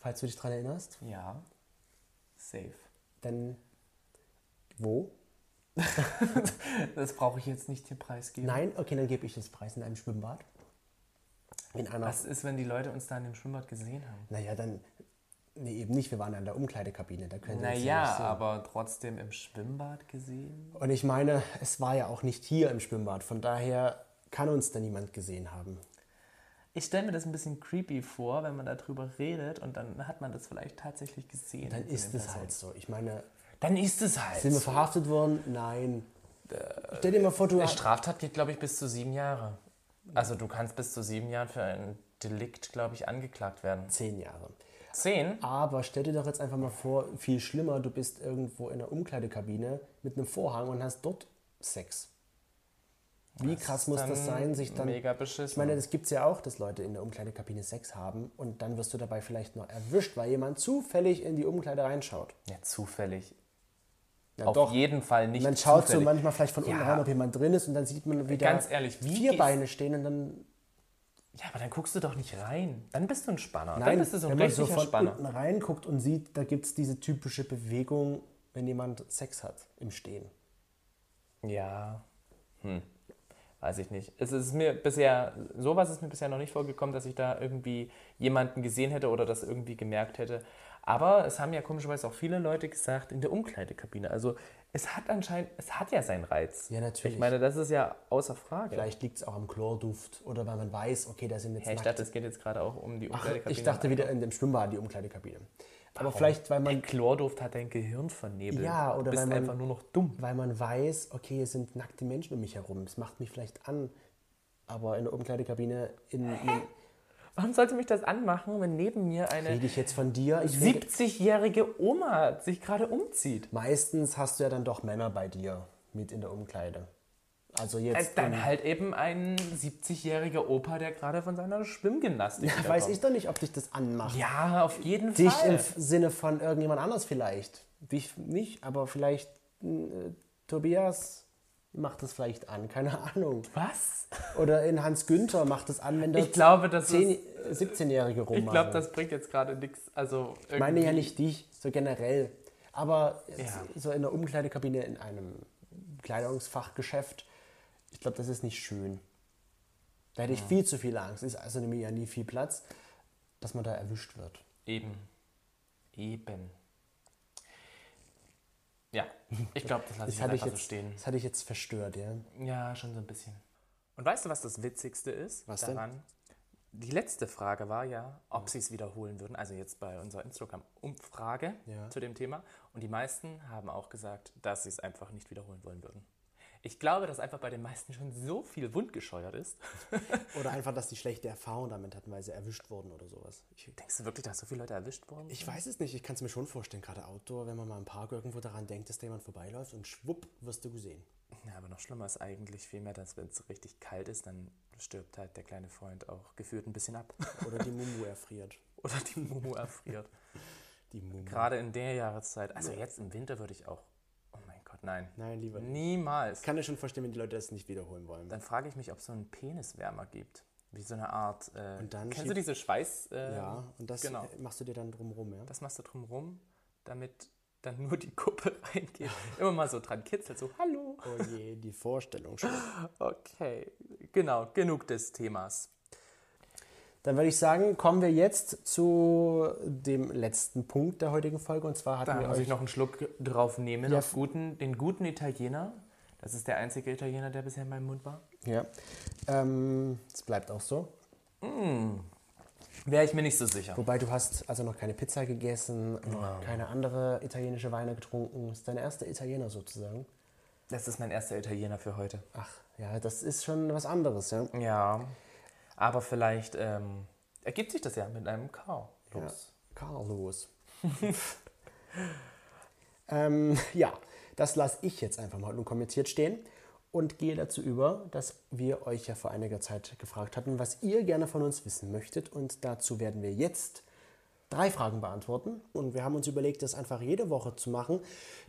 B: Falls du dich daran erinnerst.
A: Ja. Safe.
B: Denn wo?
A: Das brauche ich jetzt nicht hier preisgeben.
B: Nein, okay, dann gebe ich das Preis in einem Schwimmbad. In einer.
A: Was ist, wenn die Leute uns da in dem Schwimmbad gesehen haben?
B: Naja, dann. Nee, eben nicht. Wir waren an der Umkleidekabine. Da können wir uns ja
A: Naja,
B: nicht sehen.
A: aber trotzdem im Schwimmbad gesehen.
B: Und ich meine, es war ja auch nicht hier im Schwimmbad. Von daher kann uns da niemand gesehen haben.
A: Ich stelle mir das ein bisschen creepy vor, wenn man darüber redet und dann hat man das vielleicht tatsächlich gesehen.
B: Dann ist es halt so. Ich meine,
A: Dann ist es halt.
B: sind wir verhaftet worden? Nein. Stell dir mal vor, du
A: Die
B: hast.
A: Straftat geht, glaube Äh, ich, bis zu sieben Jahre. Also du kannst bis zu sieben Jahren für ein Delikt, glaube ich, angeklagt werden.
B: Zehn Jahre.
A: Zehn?
B: Aber stell dir doch jetzt einfach mal vor, viel schlimmer, du bist irgendwo in der Umkleidekabine mit einem Vorhang und hast dort Sex. Wie krass muss das sein, sich dann
A: Mega beschissen.
B: Ich meine, das gibt es ja auch, dass Leute in der Umkleidekabine Sex haben und dann wirst du dabei vielleicht noch erwischt, weil jemand zufällig in die Umkleide reinschaut.
A: ja, zufällig.
B: Ja,
A: Auf jeden Fall nicht
B: man schaut so
A: zufällig.
B: manchmal vielleicht von unten
A: Ja.
B: rein, ob jemand drin ist und dann sieht man wieder
A: Ganz ehrlich, wie
B: vier
A: gehst-
B: Beine stehen und dann,
A: Ja, aber dann guckst du doch nicht rein. Dann bist du ein Spanner. dann
B: Nein,
A: bist du so ein
B: wenn man so
A: richtiger
B: von
A: Spanner.
B: unten reinguckt und sieht, da gibt es diese typische Bewegung, wenn jemand Sex hat im Stehen.
A: Ja. Hm. Weiß ich nicht. Es ist mir bisher, sowas ist mir bisher noch nicht vorgekommen, dass ich da irgendwie jemanden gesehen hätte oder das irgendwie gemerkt hätte. Aber es haben ja komischerweise auch viele Leute gesagt, in der Umkleidekabine. Also es hat anscheinend, es hat ja seinen Reiz.
B: Ja, natürlich.
A: Ich meine, das ist ja außer Frage.
B: Vielleicht liegt es auch am Chlorduft oder weil man weiß, okay, da sind jetzt
A: Ja, ich dachte, es geht jetzt gerade auch um die
B: Ach,
A: Umkleidekabine.
B: ich dachte wieder in dem Schwimmbad, die Umkleidekabine. Aber vielleicht, weil man,
A: Ein Chlorduft hat dein Gehirn vernebelt.
B: Ja,
A: du
B: oder
A: bist
B: weil man-
A: einfach nur noch dumm.
B: weil man weiß, okay, es sind nackte Menschen um mich herum. Es macht mich vielleicht an. Aber in der Umkleidekabine in, in,
A: Warum sollte mich das anmachen, wenn neben mir eine
B: rede ich jetzt von dir. Ich rede,
A: 70-jährige Oma sich gerade umzieht?
B: meistens hast du ja dann doch Männer bei dir mit in der Umkleide. Also jetzt im-
A: Dann halt eben ein 70-jähriger Opa, der gerade von seiner Schwimmgymnastik
B: weiß
A: wiederkommt.
B: ich doch nicht, ob dich das anmacht.
A: Ja, auf jeden
B: Dich
A: Fall.
B: im Sinne von irgendjemand anders vielleicht. Dich nicht, aber vielleicht äh, Tobias macht das vielleicht an, keine Ahnung.
A: Was?
B: Oder in Hans Günther macht das an, wenn da
A: Ich glaube, das ist,
B: 17-Jährige rummachen.
A: ich glaube, das bringt jetzt gerade nichts. Also
B: Ich meine ja
A: irgendwie-
B: nicht dich, so generell. Aber
A: Ja.
B: so in der Umkleidekabine, in einem Kleidungsfachgeschäft, ich glaube, das ist nicht schön. Da hätte ich viel zu viel Angst. Ist also nämlich ja nie viel Platz, dass man da erwischt wird.
A: Eben. Eben. Ja, ich glaube, das lasse ich
B: Das
A: jetzt
B: hatte
A: einfach
B: ich,
A: so
B: jetzt,
A: stehen.
B: das hatte ich jetzt verstört, ja.
A: Ja, schon so ein bisschen. Und weißt du, was das Witzigste ist?
B: Was denn?
A: Die letzte Frage war ja, ob sie es wiederholen würden. Also jetzt bei unserer Instagram-Umfrage
B: Ja.
A: zu dem Thema. Und die meisten haben auch gesagt, dass sie es einfach nicht wiederholen wollen würden. Ich glaube, dass einfach bei den meisten schon so viel Wund gescheuert ist.
B: Oder einfach, dass die schlechte Erfahrung damit hatten, weil sie erwischt wurden oder sowas. Ich,
A: Denkst du wirklich, dass so viele Leute erwischt wurden?
B: ich weiß es nicht, ich kann es mir schon vorstellen, gerade Outdoor, wenn man mal im Park irgendwo daran denkt, dass da jemand vorbeiläuft und schwupp wirst du gesehen.
A: Ja, aber noch schlimmer ist eigentlich vielmehr, dass wenn es richtig kalt ist, dann stirbt halt der kleine Freund auch gefühlt ein bisschen ab.
B: Oder die Mumu erfriert.
A: Oder die Mumu erfriert.
B: Die Mumu.
A: Gerade in der Jahreszeit. Also jetzt im Winter würde ich auch. Oh mein Gott, nein.
B: Nein, lieber nicht.
A: Niemals.
B: Ich kann ja schon verstehen, wenn die Leute das nicht wiederholen wollen.
A: Dann frage ich mich, ob es so einen Peniswärmer gibt. Wie so eine Art. Äh,
B: Und dann
A: kennst du
B: schiebt-
A: diese Schweiß? Äh,
B: ja, und das
A: genau.
B: machst du dir dann drumrum, ja?
A: Das machst du drumrum, damit dann nur die Kuppe reingeht. Immer mal so dran kitzelt, so Hallo.
B: Oh je, die Vorstellung schon.
A: Okay, genau, genug des Themas.
B: Dann würde ich sagen, kommen wir jetzt zu dem letzten Punkt der heutigen Folge. Und zwar hatten
A: Da
B: wir
A: muss
B: euch
A: ich noch einen Schluck drauf nehmen.
B: Ja.
A: Auf guten, den guten Italiener. Das ist der einzige Italiener, der bisher in meinem Mund war.
B: Ja. Ähm, es bleibt auch so.
A: Wäre ich mir nicht so sicher.
B: Wobei du hast also noch keine Pizza gegessen, noch keine andere italienische Weine getrunken. Ist dein erster Italiener sozusagen.
A: Das ist mein erster Italiener für heute.
B: Ach, ja, das ist schon was anderes, ja.
A: Ja. Aber vielleicht ähm, ergibt sich das ja mit einem Kau. Los.
B: Carlos. ähm, ja, das lasse ich jetzt einfach mal unkommentiert stehen und gehe dazu über, dass wir euch ja vor einiger Zeit gefragt hatten, was ihr gerne von uns wissen möchtet. Und dazu werden wir jetzt drei Fragen beantworten. Und wir haben uns überlegt, das einfach jede Woche zu machen,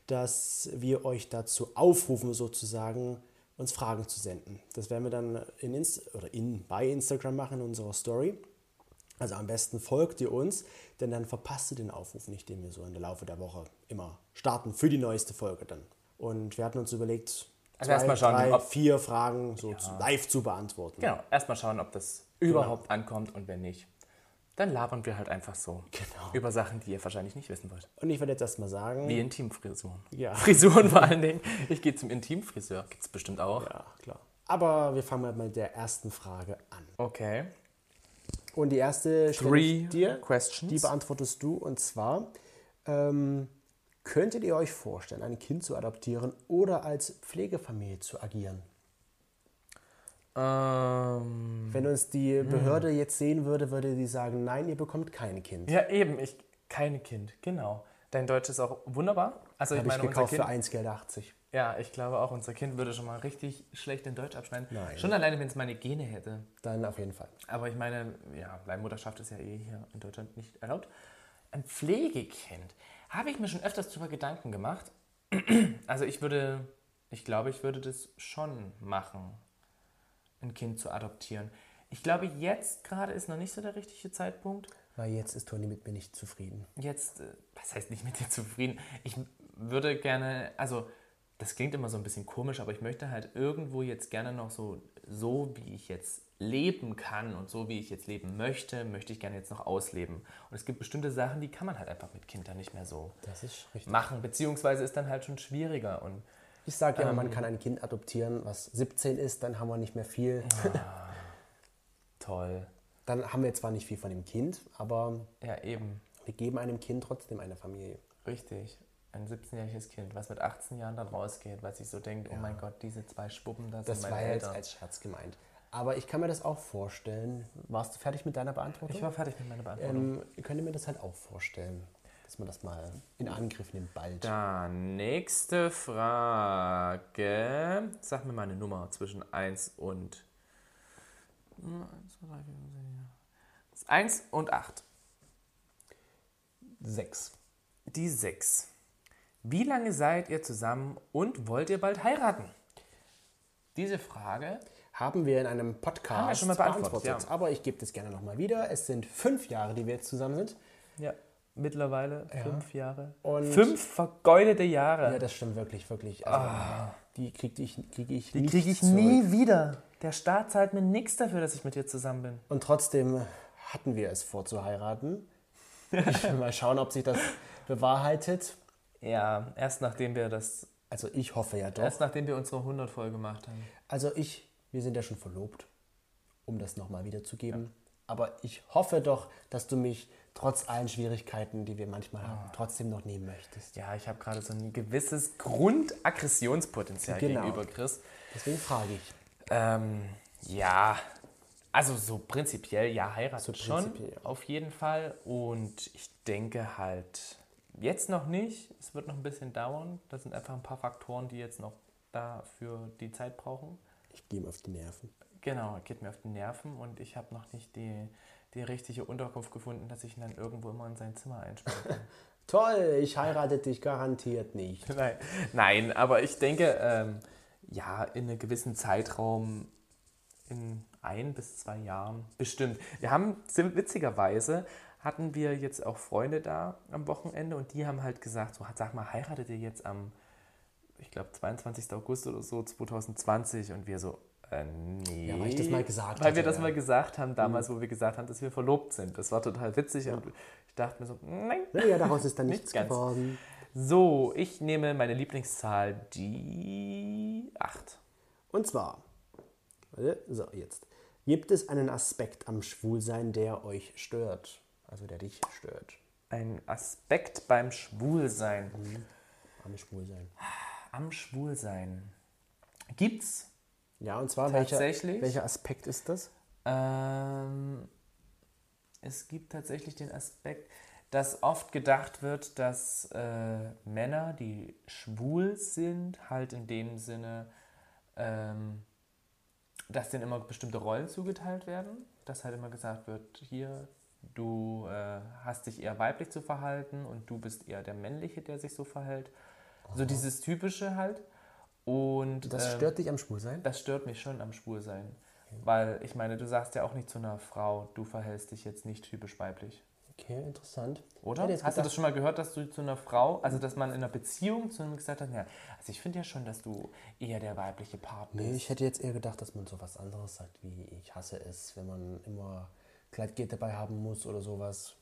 B: dass wir euch dazu aufrufen, sozusagen uns Fragen zu senden. Das werden wir dann in Inst oder in, bei Instagram machen in unserer Story. Also am besten folgt ihr uns, denn dann verpasst ihr den Aufruf nicht, den wir so im Laufe der Woche immer starten für die neueste Folge dann. Und wir hatten uns überlegt,
A: Also erstmal schauen,
B: drei,
A: ob-
B: vier Fragen so zu, live zu beantworten.
A: Genau. Erstmal schauen, ob das
B: Genau.
A: überhaupt ankommt und wenn nicht. Dann labern wir halt einfach so.
B: Genau.
A: Über Sachen, die ihr wahrscheinlich nicht wissen wollt.
B: Und ich werde jetzt erstmal sagen,
A: Wie Intimfrisuren.
B: Ja.
A: Frisuren vor allen Dingen. Ich gehe zum Intimfriseur. Gibt's bestimmt auch.
B: ja klar. Aber wir fangen mal mit der ersten Frage an.
A: Okay.
B: Und die erste stelle
A: Three
B: ich dir,
A: questions.
B: die beantwortest du. Und zwar, ähm, könntet ihr euch vorstellen, ein Kind zu adoptieren oder als Pflegefamilie zu agieren?
A: Ähm,
B: Wenn uns die Behörde jetzt sehen würde, würde die sagen, nein, ihr bekommt kein Kind.
A: ja, eben. Ich, keine Kind, genau. Dein Deutsch ist auch wunderbar. Also ich
B: Habe ich
A: meine,
B: gekauft
A: unser
B: für
A: Kind,
B: 1 Geld 80.
A: ja, ich glaube auch, unser Kind würde schon mal richtig schlecht in Deutsch abschneiden.
B: Nein.
A: Schon alleine, wenn es meine Gene hätte.
B: Dann auf jeden Fall.
A: Aber ich meine, ja, Leihmutterschaft ist ja eh hier in Deutschland nicht erlaubt. Ein Pflegekind. Habe ich mir schon öfters darüber Gedanken gemacht. Also ich würde, ich glaube, ich würde das schon machen, ein Kind zu adoptieren. Ich glaube, jetzt gerade ist noch nicht so der richtige Zeitpunkt.
B: Weil jetzt ist Toni mit mir nicht zufrieden.
A: jetzt, äh, was heißt nicht mit dir zufrieden? Ich m- würde gerne, also das klingt immer so ein bisschen komisch, aber ich möchte halt irgendwo jetzt gerne noch so so wie ich jetzt leben kann und so wie ich jetzt leben möchte, möchte ich gerne jetzt noch ausleben. Und es gibt bestimmte Sachen, die kann man halt einfach mit Kindern nicht mehr so
B: Das ist richtig.
A: machen, beziehungsweise ist dann halt schon schwieriger. Und
B: Ich sage
A: Ähm.
B: ja, man kann ein Kind adoptieren, was 17 ist, dann haben wir nicht mehr viel.
A: toll.
B: Dann haben wir zwar nicht viel von dem Kind, aber
A: Ja, eben.
B: wir geben einem Kind trotzdem eine Familie.
A: Richtig. Ein 17-jähriges Kind, was mit 18 Jahren dann rausgeht, weil sich so denkt, oh mein Gott, diese zwei Schwuppen, das,
B: Das
A: sind meine
B: war jetzt
A: Eltern.
B: als Scherz gemeint. Aber ich kann mir das auch vorstellen. Warst du fertig mit deiner Beantwortung?
A: Ich war fertig mit meiner Beantwortung.
B: ähm, ich könnte mir das halt auch vorstellen, dass man das mal in Angriff nimmt bald.
A: Dann nächste Frage. Sag mir mal eine Nummer zwischen 1 und 1 und 8.
B: Sechs.
A: Die 6. Wie lange seid ihr zusammen und wollt ihr bald heiraten? Diese Frage
B: Haben wir in einem Podcast
A: Haben wir schon mal beantwortet,
B: Aber ich gebe das gerne nochmal wieder. Es sind fünf Jahre, die wir jetzt zusammen sind.
A: Ja, mittlerweile fünf Jahre.
B: Und-
A: fünf vergeudete Jahre.
B: Ja, das stimmt wirklich, wirklich. Also, Die kriege ich, krieg ich,
A: Ah. die
B: nicht
A: kriege ich
B: zurück.
A: nie wieder. Der Staat zahlt mir nichts dafür, dass ich mit dir zusammen bin.
B: Und trotzdem hatten wir es vor zu heiraten. Ich will mal schauen, ob sich das bewahrheitet.
A: Ja, erst nachdem wir das,
B: Also ich hoffe ja doch.
A: erst nachdem wir unsere 100 voll gemacht haben.
B: Also ich, wir sind ja schon verlobt, um das nochmal wiederzugeben. Aber ich hoffe doch, dass du mich trotz allen Schwierigkeiten, die wir manchmal haben, trotzdem noch nehmen möchtest.
A: Ja, ich habe gerade so ein gewisses Grundaggressionspotenzial
B: Genau.
A: gegenüber Chris.
B: Deswegen frage ich.
A: Ähm, ja, also so prinzipiell, ja, heiratet schon,
B: prinzipiell, ja.
A: auf jeden Fall. Und ich denke halt, jetzt noch nicht, es wird noch ein bisschen dauern. Das sind einfach ein paar Faktoren, die jetzt noch dafür die Zeit brauchen.
B: Ich gehe ihm auf die Nerven.
A: Genau, geht mir auf die Nerven und ich habe noch nicht die, die richtige Unterkunft gefunden, dass ich ihn dann irgendwo immer in sein Zimmer einsperre.
B: Toll, ich heirate dich garantiert nicht.
A: Nein. Nein, aber ich denke, ähm, ja, in einem gewissen Zeitraum, in ein bis zwei Jahren, bestimmt. Wir haben, sind- witzigerweise, hatten wir jetzt auch Freunde da am Wochenende und die haben halt gesagt, so, sag mal, heiratet ihr jetzt am, ich glaube, 22. August oder so, 2020? Und wir so, äh, nee.
B: Ja, weil ich das mal gesagt
A: Weil wir
B: hatte,
A: das
B: ja. Mhm.
A: mal gesagt haben damals, wo wir gesagt haben, dass wir verlobt sind. Das war total witzig und ich dachte mir so, nein.
B: Naja, daraus ist dann
A: Nicht
B: nichts
A: ganz.
B: geworden.
A: So, ich nehme meine Lieblingszahl, die 8.
B: Und zwar, warte, so jetzt, gibt es einen Aspekt am Schwulsein, der euch stört? Also der dich stört
A: Ein Aspekt beim Schwulsein.
B: am Schwulsein.
A: Am Schwulsein. Gibt's?
B: Ja, und zwar welcher,
A: Tatsächlich?
B: welcher Aspekt ist das?
A: Ähm, es gibt tatsächlich den Aspekt, dass oft gedacht wird, dass äh, Männer, die schwul sind, halt in dem Sinne, ähm, dass denen immer bestimmte Rollen zugeteilt werden. Dass halt immer gesagt wird, hier, du äh, hast dich eher weiblich zu verhalten und du bist eher der männliche, der sich so verhält. So dieses typische halt. Und
B: Das
A: ähm,
B: stört dich am Schwulsein?
A: das stört mich schon am Schwulsein. Weil ich meine, du sagst ja auch nicht zu einer Frau, du verhältst dich jetzt nicht typisch weiblich.
B: Okay, interessant.
A: Oder?
B: Hätte jetzt
A: Hast du
B: gedacht,
A: das schon mal gehört, dass du zu einer Frau, also dass man in einer Beziehung zu einem gesagt hat, ja, also ich finde ja schon, dass du eher der weibliche Part
B: nee,
A: bist.
B: ich hätte jetzt eher gedacht, dass man so was anderes sagt, wie ich hasse es, wenn man immer Kleidgeld dabei haben muss oder sowas.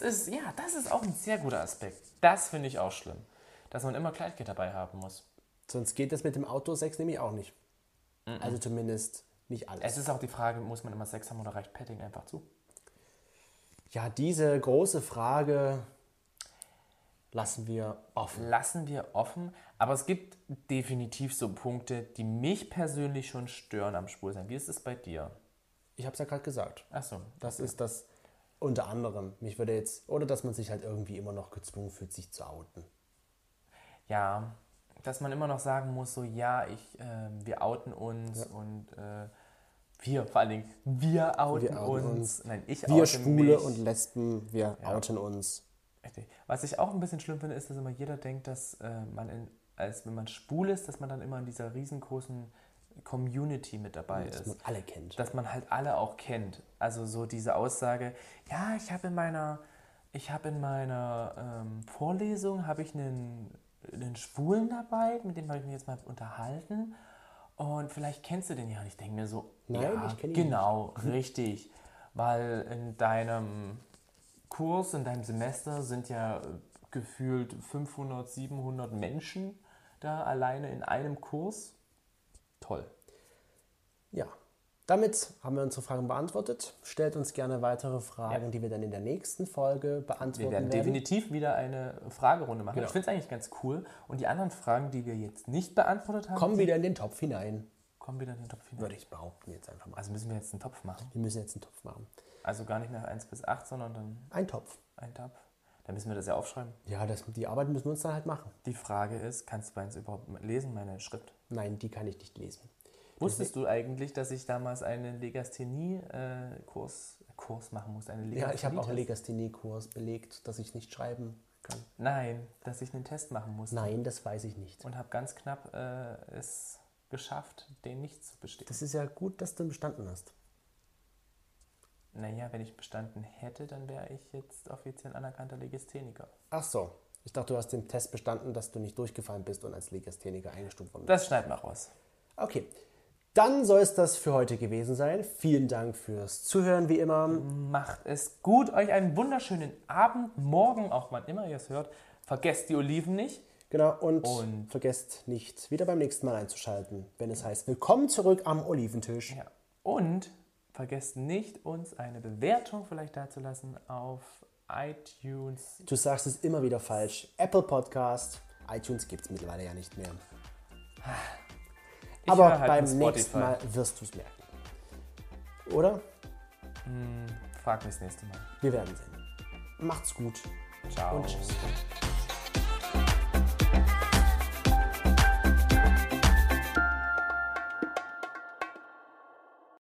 A: Das ist, ja, das ist auch ein sehr guter Aspekt. Das finde ich auch schlimm. Dass man immer Kleidgeld dabei haben muss.
B: Sonst geht das mit dem Outdoor-Sex nämlich auch nicht.
A: Mhm.
B: Also zumindest nicht alles.
A: Es ist auch die Frage, muss man immer Sex haben oder reicht Petting einfach zu?
B: Ja, diese große Frage lassen wir offen.
A: lassen wir offen, aber es gibt definitiv so Punkte, die mich persönlich schon stören am Schwulsein. Wie ist es bei dir?
B: Ich habe es ja gerade gesagt.
A: Achso,
B: Das ist das unter anderem. Mich würde jetzt, oder dass man sich halt irgendwie immer noch gezwungen fühlt, sich zu outen.
A: ja, dass man immer noch sagen muss, so ja, ich, ähm, wir outen uns und äh, wir, vor allen Dingen, wir outen,
B: Wir outen
A: uns. Nein, ich
B: Wir
A: oute
B: Schwule
A: mich.
B: und Lesben, wir outen uns.
A: Richtig. Was ich auch ein bisschen schlimm finde, ist, dass immer jeder denkt, dass äh, man in, als wenn man schwul ist, dass man dann immer in dieser riesengroßen Community mit dabei
B: Dass
A: ist.
B: man alle kennt.
A: dass man halt alle auch kennt. Also so diese Aussage, ja, ich habe in meiner, ich habe in meiner ähm, Vorlesung habe ich einen, einen Schwulen dabei, mit dem habe ich mich jetzt mal unterhalten Und vielleicht kennst du den ja. Und ich denke mir so,
B: Nein,
A: ja,
B: ich kenn ihn
A: genau, richtig. Weil in deinem Kurs, in deinem Semester sind ja äh, gefühlt 500, 700 Menschen da alleine in einem Kurs. Toll.
B: Ja. Damit haben wir unsere Fragen beantwortet. Stellt uns gerne weitere Fragen, die wir dann in der nächsten Folge
A: Wir werden
B: beantworten werden.
A: definitiv wieder eine Fragerunde machen.
B: Genau.
A: Ich finde es eigentlich ganz cool. Und die anderen Fragen, die wir jetzt nicht beantwortet haben,
B: Kommen wieder in den Topf hinein,
A: kommen wieder in den Topf hinein.
B: würde ich behaupten jetzt einfach mal.
A: Also müssen wir jetzt einen Topf machen.
B: Wir müssen jetzt einen Topf machen.
A: Also gar nicht mehr 1 bis 8, sondern dann
B: Ein Topf.
A: ein Topf. Da müssen wir das ja aufschreiben.
B: Ja, das, die Arbeit müssen wir uns dann halt machen.
A: Die Frage ist, kannst du bei uns überhaupt lesen, meine Schrift?
B: Nein, die kann ich nicht lesen.
A: Wusstest du eigentlich, dass ich damals einen Legasthenie-Kurs Kurs machen musste? Eine
B: Ja, ich habe auch einen
A: Legasthenie-Test?
B: Legasthenie-Kurs belegt, dass ich nicht schreiben kann.
A: Nein, dass ich einen Test machen musste.
B: Nein, das weiß ich nicht.
A: Und habe ganz knapp äh, es geschafft, den nicht zu bestehen.
B: Das ist ja gut, dass du bestanden hast.
A: Naja, wenn ich bestanden hätte, dann wäre ich jetzt offiziell anerkannter Legastheniker.
B: Ach so. Ich dachte, du hast den Test bestanden, dass du nicht durchgefallen bist und als Legastheniker eingestuft worden bist.
A: Das schneiden wir raus.
B: Okay. Dann soll es das für heute gewesen sein. Vielen Dank fürs Zuhören, wie immer.
A: Macht es gut, euch einen wunderschönen Abend, morgen, auch wann immer ihr es hört. Vergesst die Oliven nicht.
B: Genau, und,
A: Und-
B: vergesst nicht, wieder beim nächsten Mal einzuschalten, wenn es heißt, willkommen zurück am Oliventisch.
A: Ja. Und vergesst nicht, uns eine Bewertung vielleicht dazulassen auf iTunes.
B: Du sagst es immer wieder falsch. Apple Podcast, iTunes gibt es mittlerweile ja nicht mehr.
A: Ich
B: Aber
A: hör halt
B: beim
A: auf
B: nächsten
A: Spotify.
B: Mal wirst du es merken. Oder?
A: Frag mich das nächste Mal.
B: Wir werden sehen. Macht's gut
A: Ciao.
B: und tschüss.